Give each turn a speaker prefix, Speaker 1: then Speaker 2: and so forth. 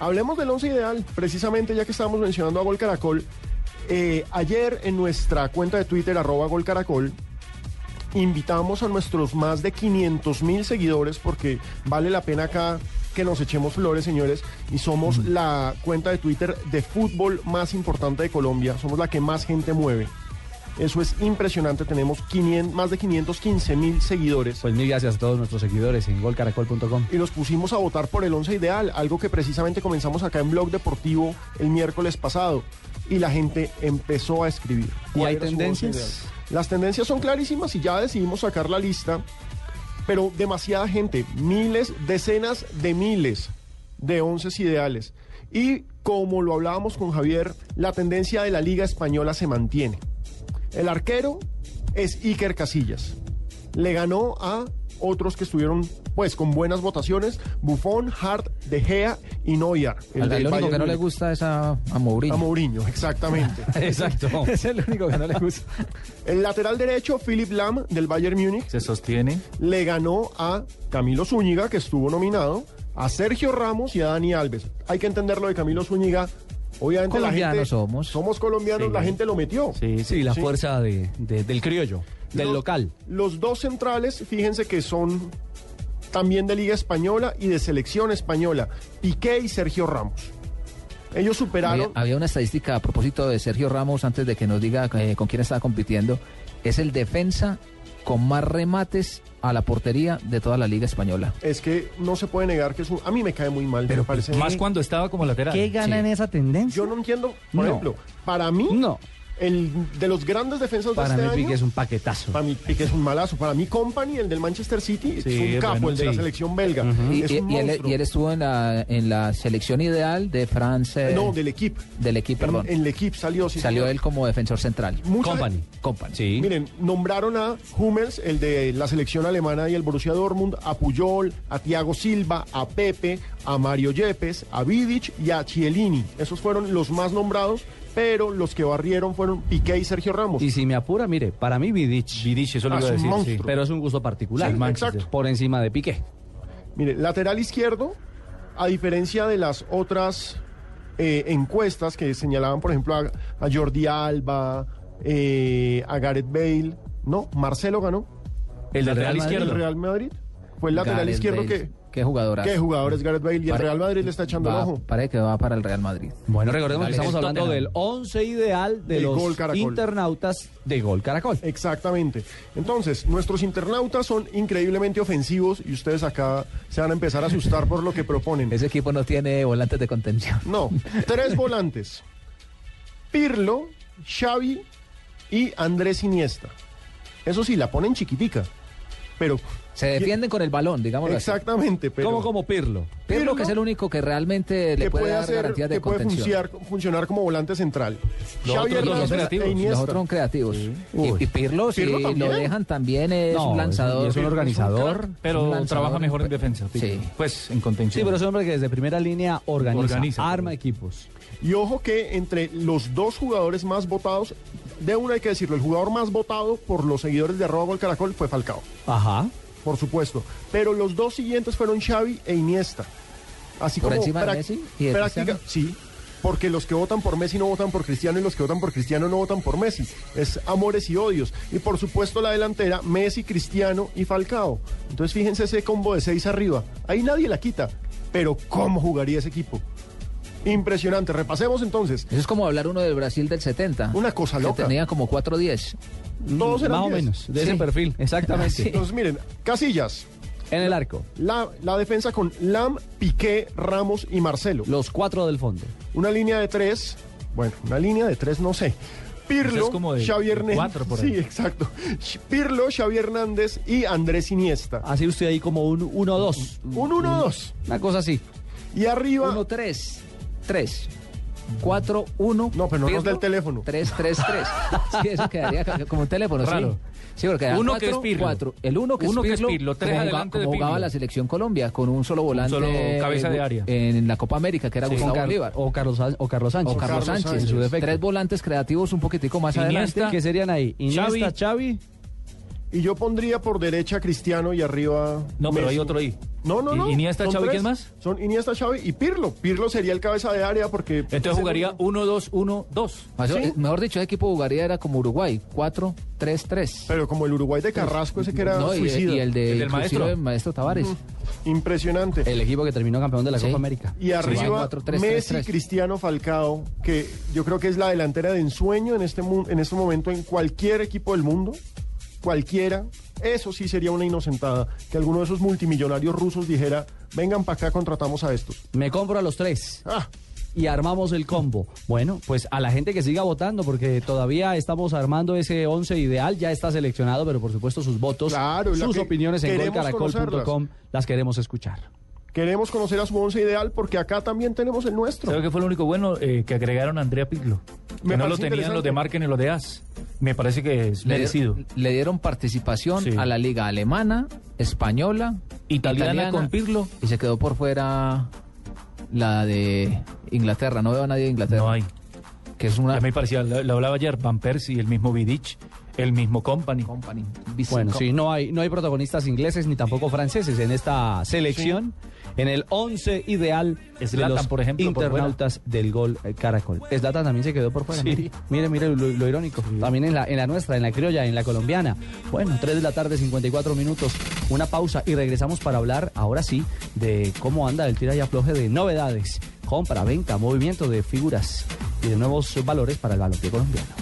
Speaker 1: Hablemos del once ideal, precisamente ya que estábamos mencionando a Gol Caracol. Eh, ayer en nuestra cuenta de Twitter, arroba Gol Caracol, invitamos a nuestros más de 500 mil seguidores, porque vale la pena acá que nos echemos flores, señores, y somos la cuenta de Twitter de fútbol más importante de Colombia, somos la que más gente mueve. Eso es impresionante, tenemos 500, más de 515 mil seguidores.
Speaker 2: Pues mil gracias a todos nuestros seguidores en golcaracol.com.
Speaker 1: Y los pusimos a votar por el once ideal, algo que precisamente comenzamos acá en Blog Deportivo el miércoles pasado. Y la gente empezó a escribir.
Speaker 2: ¿Y
Speaker 1: ¿Cuál
Speaker 2: hay
Speaker 1: era su
Speaker 2: tendencias?
Speaker 1: once ideal? Las tendencias son clarísimas y ya decidimos sacar la lista, pero demasiada gente, miles, decenas de miles de onces ideales. Y como lo hablábamos con Javier, la tendencia de la Liga Española se mantiene. El arquero es Iker Casillas. Le ganó a otros que estuvieron pues con buenas votaciones, Buffon, Hart, De Gea y Neuer.
Speaker 3: Al
Speaker 1: del
Speaker 3: el único
Speaker 1: Bayern
Speaker 3: que no le
Speaker 1: Múnich.
Speaker 3: gusta es a, a Mourinho.
Speaker 1: A Mourinho, exactamente.
Speaker 2: Exacto.
Speaker 3: es el único que no le gusta.
Speaker 1: El lateral derecho, Philip Lam del Bayern Múnich.
Speaker 4: Se sostiene.
Speaker 1: le ganó a Camilo Zúñiga, que estuvo nominado, a Sergio Ramos y a Dani Alves. Hay que entender lo de Camilo Zúñiga. Obviamente la
Speaker 3: Colombianos
Speaker 1: gente,
Speaker 3: somos.
Speaker 1: Somos colombianos,
Speaker 4: Sí.
Speaker 1: la gente lo metió.
Speaker 4: Sí,
Speaker 2: Sí, la
Speaker 1: Sí.
Speaker 2: fuerza de- de- del criollo, del
Speaker 1: Los-
Speaker 2: local.
Speaker 1: Los dos centrales, fíjense que son también de Liga Española y de Selección Española, Piqué y Sergio Ramos. Ellos
Speaker 3: Había,
Speaker 1: superaron...
Speaker 3: había una estadística a propósito de Sergio Ramos antes de que nos diga eh, con quién estaba compitiendo. Es el defensa con más remates a la portería de toda la Liga Española.
Speaker 1: Es que no se puede negar que es un- A mí me cae muy mal, me parece...
Speaker 4: Más cuando estaba como lateral.
Speaker 5: ¿Qué gana
Speaker 3: Sí.
Speaker 5: en esa tendencia?
Speaker 1: Yo no entiendo, por
Speaker 2: No.
Speaker 1: ejemplo, para mí,
Speaker 2: No.
Speaker 1: el de los grandes defensas
Speaker 2: Para
Speaker 1: de
Speaker 2: mí
Speaker 1: este año...
Speaker 2: Piqué es un paquetazo.
Speaker 1: Para mí Piqué es un malazo. Para mí Company, el del Manchester City, es
Speaker 4: Sí,
Speaker 1: un capo,
Speaker 4: bueno,
Speaker 1: el de la
Speaker 4: sí.
Speaker 1: selección belga.
Speaker 3: Y,
Speaker 1: Es
Speaker 3: y-
Speaker 1: un
Speaker 3: y él,
Speaker 1: monstruo.
Speaker 3: y él estuvo en la, en la selección ideal de Francia.
Speaker 1: No, del equipo.
Speaker 3: del equipo, eh, perdón.
Speaker 1: En, en el equipo salió. sí,
Speaker 3: Salió
Speaker 1: señor.
Speaker 3: él como defensor central.
Speaker 1: Mucha-
Speaker 2: Company.
Speaker 3: Company.
Speaker 2: Sí.
Speaker 1: Miren, nombraron a Hummels, el de la selección alemana y el Borussia Dortmund, a Puyol, a Thiago Silva, a Pepe, a Mario Yepes, a Vidic y a Chiellini. Esos fueron los más nombrados, pero los que barrieron fueron Piqué y Sergio Ramos.
Speaker 2: Y si me apura, mire, para mí Vidic.
Speaker 4: Vidic, eso lo
Speaker 1: Ah,
Speaker 4: iba a
Speaker 1: es un
Speaker 4: decir. sí.
Speaker 1: monstruo.
Speaker 2: Pero es un gusto particular.
Speaker 1: Sí,
Speaker 2: El Manchester,
Speaker 1: exacto.
Speaker 2: Por encima de Piqué.
Speaker 1: Mire, lateral izquierdo, a diferencia de las otras eh, encuestas que señalaban, por ejemplo, a, a Jordi Alba, eh, a Gareth Bale, ¿no? Marcelo ganó
Speaker 4: El
Speaker 2: Real
Speaker 4: lateral
Speaker 2: Madrid.
Speaker 1: el
Speaker 4: izquierdo.
Speaker 1: Real Madrid. Fue el lateral
Speaker 3: Gareth
Speaker 1: izquierdo
Speaker 3: Bale.
Speaker 1: que...
Speaker 3: Qué jugadorazo.
Speaker 1: ¿Qué jugador es Gareth Bale? Y el
Speaker 3: Pare-
Speaker 1: Real Madrid le está echando el
Speaker 3: va-
Speaker 1: ojo.
Speaker 3: Parece que va para el Real Madrid.
Speaker 2: Bueno, recordemos que
Speaker 3: Dale,
Speaker 2: estamos
Speaker 3: el
Speaker 2: hablando
Speaker 3: Tottenham.
Speaker 2: del once ideal de
Speaker 1: Del
Speaker 2: los
Speaker 1: Gol Caracol.
Speaker 2: internautas de Gol Caracol.
Speaker 1: Exactamente. Entonces, nuestros internautas son increíblemente ofensivos y ustedes acá se van a empezar a asustar por lo que proponen.
Speaker 3: Ese equipo no tiene volantes de contención.
Speaker 1: No, tres volantes. Pirlo, Xavi y Andrés Iniesta. Eso sí, la ponen chiquitica. Pero,
Speaker 3: Se defienden con el balón, digámoslo así.
Speaker 1: exactamente, pero...
Speaker 2: ¿Cómo como Pirlo?
Speaker 3: Pirlo,
Speaker 1: Pirlo,
Speaker 3: que es el único que realmente le
Speaker 1: que
Speaker 3: puede,
Speaker 1: puede
Speaker 3: dar
Speaker 1: hacer,
Speaker 3: garantías de
Speaker 1: que puede
Speaker 3: contención.
Speaker 1: funcionar, funcionar como volante central.
Speaker 4: Los
Speaker 1: Xavi
Speaker 4: otros dos son
Speaker 1: Hernández e
Speaker 4: creativos.
Speaker 3: Los
Speaker 1: Iniesta.
Speaker 3: otros son creativos.
Speaker 2: Uy.
Speaker 3: Y, y Pirlo, si
Speaker 1: ¿Pirlo
Speaker 3: lo
Speaker 1: también?
Speaker 3: dejan también, es
Speaker 2: No,
Speaker 3: un
Speaker 2: y
Speaker 3: lanzador.
Speaker 2: es un organizador.
Speaker 3: crack.
Speaker 4: Pero
Speaker 3: Un lanzador.
Speaker 4: trabaja mejor en defensa.
Speaker 3: Sí.
Speaker 4: Pues en contención.
Speaker 2: Sí, pero es un hombre que desde primera línea organiza,
Speaker 4: Organiza.
Speaker 2: arma equipos.
Speaker 1: Y ojo que entre los dos jugadores más votados, de uno hay que decirlo, el jugador más votado por los seguidores de Arroba Gol Caracol fue Falcao.
Speaker 2: Ajá.
Speaker 1: por supuesto. Pero los dos siguientes fueron Xavi e Iniesta. Así
Speaker 3: ¿Por
Speaker 1: como
Speaker 3: encima de
Speaker 1: prac-
Speaker 3: Messi y de
Speaker 1: práctica-
Speaker 3: Cristiano?
Speaker 1: sí, porque los que votan por Messi no votan por Cristiano y los que votan por Cristiano no votan por Messi. Es amores y odios. Y por supuesto la delantera, Messi, Cristiano y Falcao. Entonces fíjense ese combo de seis arriba. Ahí nadie la quita. Pero ¿cómo jugaría ese equipo? Impresionante. Repasemos entonces.
Speaker 3: Eso es como hablar uno del Brasil del 70.
Speaker 1: Una cosa
Speaker 3: Que
Speaker 1: loca.
Speaker 3: tenía como 4-10.
Speaker 1: Todos eran
Speaker 2: Mm, Más o
Speaker 1: diez.
Speaker 2: menos, de ese
Speaker 3: Sí.
Speaker 2: perfil, exactamente.
Speaker 1: Entonces miren, Casillas,
Speaker 2: En el arco,
Speaker 1: la, la defensa con Lam, Piqué, Ramos y Marcelo.
Speaker 2: los cuatro del fondo.
Speaker 1: Una línea de tres, bueno, una línea de tres, no sé.
Speaker 4: Esa
Speaker 1: Pirlo,
Speaker 4: es como de-
Speaker 1: Xavi
Speaker 4: de
Speaker 1: Hernández.
Speaker 4: cuatro por ahí.
Speaker 1: sí, exacto. Sh- Pirlo, Xavi Hernández y Andrés Iniesta.
Speaker 2: Así usted ahí como un 1-2.
Speaker 1: Un
Speaker 4: Mm.
Speaker 1: 1-2.
Speaker 2: Una cosa así.
Speaker 1: Y arriba.
Speaker 3: 1-3. 3. 4, 1.
Speaker 1: No, pero no nos dé el teléfono.
Speaker 3: 3, 3, 3. Sí, eso quedaría ca- como un teléfono,
Speaker 4: Raro.
Speaker 3: sí. Sí, porque era
Speaker 4: Uno que
Speaker 3: cuatro,
Speaker 4: es Pirlo.
Speaker 3: cuatro. El uno que
Speaker 4: Uno que
Speaker 3: es
Speaker 4: es
Speaker 3: Pirlo.
Speaker 4: Pirlo, tres
Speaker 3: como juga-
Speaker 4: adelante de
Speaker 3: como jugaba
Speaker 4: Pirlo.
Speaker 3: la selección Colombia con un solo volante.
Speaker 4: solo cabeza de área.
Speaker 3: En la Copa América, que era
Speaker 2: Sí.
Speaker 3: Gustavo
Speaker 2: Con Car-
Speaker 3: Bolívar.
Speaker 2: o, Carlos, Sá- o Carlos Sánchez.
Speaker 3: O Carlos
Speaker 1: Carlos
Speaker 3: Sánchez.
Speaker 1: Sánchez.
Speaker 3: En su defecto. Tres volantes creativos un poquitico más
Speaker 4: Iniesta.
Speaker 3: adelante.
Speaker 2: ¿Qué serían ahí? Iniesta, Xavi.
Speaker 1: Y yo pondría por derecha a Cristiano y arriba.
Speaker 4: No, pero
Speaker 1: Messi.
Speaker 4: hay otro ahí.
Speaker 1: No, no,
Speaker 4: ¿Y-
Speaker 1: no.
Speaker 4: Iniesta,
Speaker 1: Son
Speaker 4: Xavi,
Speaker 1: tres.
Speaker 4: quién más?
Speaker 1: Son Iniesta, Xavi y Pirlo. Pirlo sería el cabeza de área porque...
Speaker 4: Entonces jugaría 1-2-1-2.
Speaker 3: O sea,
Speaker 1: Ah, ¿Sí?
Speaker 3: eh, Mejor dicho, el equipo jugaría era como Uruguay, 4-3-3.
Speaker 1: Pero como el Uruguay
Speaker 4: Pues,
Speaker 1: de Carrasco, ese que era
Speaker 3: No, y,
Speaker 1: suicida. Mm.
Speaker 3: y el de
Speaker 4: El del
Speaker 3: inclusive,
Speaker 4: maestro.
Speaker 3: el maestro Tavares.
Speaker 1: Impresionante.
Speaker 2: El equipo que terminó campeón de la
Speaker 3: Sí.
Speaker 2: Copa América.
Speaker 1: Y arriba,
Speaker 3: cuatro, tres,
Speaker 1: Messi,
Speaker 3: tres, tres.
Speaker 1: Cristiano, Falcao, que yo creo que es la delantera de ensueño en este, mu- en este momento en cualquier equipo del mundo, cualquiera. Eso sí sería una inocentada, que alguno de esos multimillonarios rusos dijera, vengan para acá, contratamos a estos.
Speaker 2: Me compro a los tres.
Speaker 1: Ah,
Speaker 2: y armamos el combo. Bueno, pues a la gente que siga votando, porque todavía estamos armando ese 11 ideal, ya está seleccionado, pero por supuesto sus votos,
Speaker 1: Claro, es la
Speaker 2: sus
Speaker 1: que
Speaker 2: opiniones en
Speaker 1: queremos
Speaker 2: golcaracol.com
Speaker 1: conocerlas.
Speaker 2: las queremos escuchar.
Speaker 1: queremos conocer a su once ideal porque acá también tenemos el nuestro.
Speaker 4: ¿Sabes qué fue lo único bueno? Eh, que agregaron a Andrea Pirlo. Que
Speaker 1: Me parece
Speaker 4: no lo tenían los
Speaker 1: interesante.
Speaker 4: de Marque ni los de As. Me parece que es
Speaker 3: Le,
Speaker 4: merecido.
Speaker 3: le dieron participación
Speaker 4: Sí.
Speaker 3: a la liga alemana, española,
Speaker 4: Italiana con Pirlo.
Speaker 3: Y se quedó por fuera la de Inglaterra. No veo a nadie de Inglaterra.
Speaker 4: No hay.
Speaker 3: Que es una
Speaker 4: A mí me parecía, lo, lo hablaba ayer, Van Persie, el mismo Vidic, el mismo Company.
Speaker 3: company. Visit
Speaker 2: Bueno,
Speaker 3: Co-
Speaker 2: sí, no hay, no hay protagonistas ingleses ni tampoco franceses en esta selección, en el 11 ideal de
Speaker 4: Zlatan,
Speaker 2: los
Speaker 4: por ejemplo, por
Speaker 2: internautas del gol eh, Caracol. Slatan también se quedó por fuera. Mire, mire, mire lo, lo irónico. También en la, en la nuestra, en la criolla, en la colombiana. Bueno, 3 de la tarde, 54 minutos, una pausa y regresamos para hablar ahora sí de cómo anda el tira y afloje de novedades, compra, venta, movimiento de figuras y de nuevos valores para el balompié colombiano.